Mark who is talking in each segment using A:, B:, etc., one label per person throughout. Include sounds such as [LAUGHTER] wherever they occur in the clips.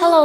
A: Hello，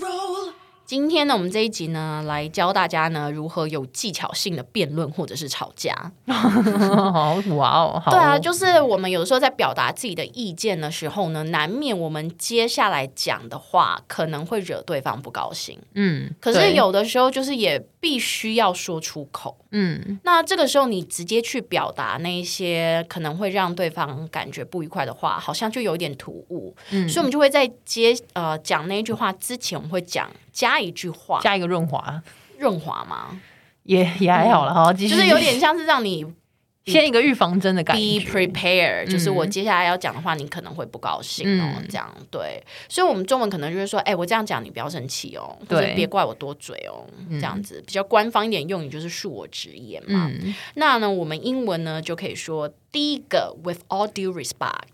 B: roll.
A: 今天呢，我们这一集呢，来教大家呢如何有技巧性的辩论或者是吵架。
C: [LAUGHS] 好哇哦，好
A: 对啊，就是我们有时候在表达自己的意见的时候呢，难免我们接下来讲的话可能会惹对方不高兴。
C: 嗯，
A: 可是
C: 对
A: 有的时候就是也必须要说出口。
C: 嗯
A: 那这个时候你直接去表达那一些可能会让对方感觉不愉快的话，好像就有点突兀。
C: 嗯，
A: 所以我们就会在接呃讲那一句话之前，我们会讲加一句话
C: 加一个润滑
A: 润滑嘛，
C: 也也还好了哈，继续
A: 嗯就是有点像是让你
C: [LAUGHS] 先一个预防针的感
A: be
C: 觉。
A: prepared，、
C: 嗯
A: 就是我接下来要讲的话，你可能会不高兴哦，
C: 嗯
A: 这样对。所以，我们中文可能就是说，哎、我这样讲你不要生气哦，或
C: 对
A: 者别怪我多嘴哦，这样子比较官方一点用语就是恕我直言嘛。
C: 嗯，
A: 那呢，我们英文呢就可以说第一个 with all due respect，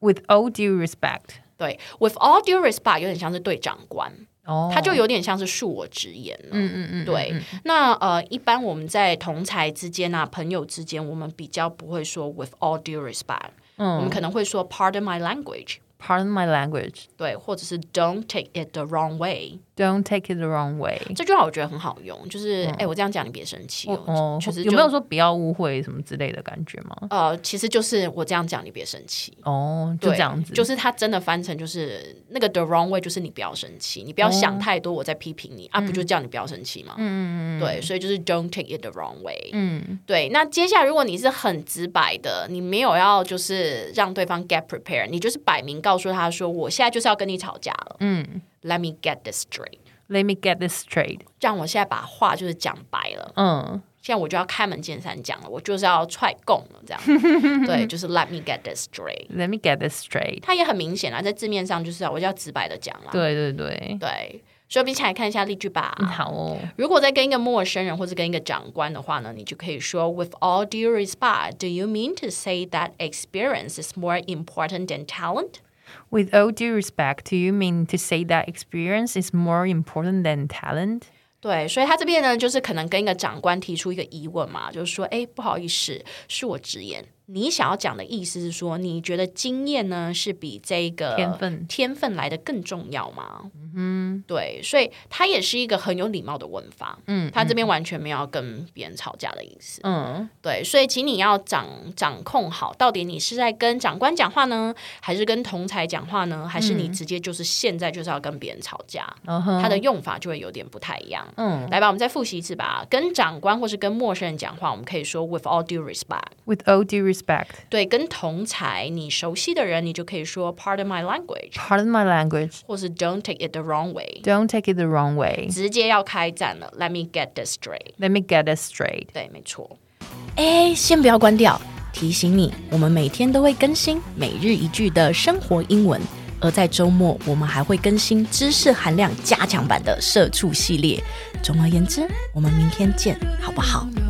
C: With all due respect，
A: 对 with all due respect 有点像是对长官，
C: 哦，
A: 他就有点像是恕我直言了。
C: 嗯嗯嗯，
A: 对，那呃，一般我们在同才之间啊，朋友之间，我们比较不会说 with all due respect，、我们
C: 嗯
A: 可能会说 pardon my language，
C: ，Pardon my language。
A: 对，或者是 don't take it the wrong way。
C: Don't take it the wrong way。
A: 这句话我觉得很好用，就是哎、我这样讲你别生气
C: 我
A: 哦
C: 嗯哦，，
A: 其实
C: 有
A: 就
C: 没有说不要误会什么之类的感觉吗？
A: 呃，其实就是我这样讲你别生气。
C: 哦，就
A: 对
C: 这样子，
A: 就是它真的翻成就是那个 the wrong way，就是你不要生气，你不要想太多，我在批评你、啊，不就叫你不要生气吗？
C: 嗯嗯嗯嗯，
A: 对，所以就是 don't take it the wrong way。
C: 嗯
A: 对，那接下来如果你是很直白的，你没有要就是让对方 get prepared，你就是摆明告诉他说，我现在就是要跟你吵架了。
C: 嗯
A: ，Let me get this straight，
C: ，Let me get this straight。
A: 让我现在把话就是讲白了，
C: 嗯，
A: 现在我就要开门见山讲了，我就是要踹供了这样。
C: [LAUGHS]
A: 对，就是 Let me get this straight。
C: Let me get this straight。
A: 它也很明显啦，在字面上就是啊，我就要直白的讲啦。
C: 对对对，
A: 对，所以我们一起来看一下例句吧。
C: 好哦。
A: 如果在跟一个陌生人或者跟一个长官的话呢，你就可以说，With all due respect, do you mean to say that experience is more important than talent？
C: With all due respect, do you mean to say that experience is more important than talent?
A: 对，所以他这边呢，就是可能跟一个长官提出一个疑问嘛，就是说，哎，不好意思，是我直言。你想要讲的意思是说，你觉得经验呢是比这个
C: 天分
A: 天分来的更重要吗？嗯，对，所以他也是一个很有礼貌的问法。嗯，他这边完全没有要跟别人吵架的意思。
C: 嗯，
A: 对，所以请你要掌掌控好，到底你是在跟长官讲话呢，还是跟同才讲话呢，还是你直接就是现在就是要跟别人吵架？它的用法就会有点不太一样。嗯，来吧，我们再复习一次吧。跟长官或是跟陌生人讲话，我们可以说 with all due respect。
C: With all due respect,
A: 对，跟同才你熟悉的人，你就可以说 pardon my language，
C: pardon my language.
A: 或是 don't take it the wrong way。
C: Don't take it the wrong way.
A: 直接要开战了，Let me get this straight。
C: Let me get it straight.
A: 对，没错。哎，先不要关掉，提醒你，我们每天都会更新每日一句的生活英文，而在周末我们还会更新知识含量加强版的社畜系列。总而言之，我们明天见，好不好？
B: I'm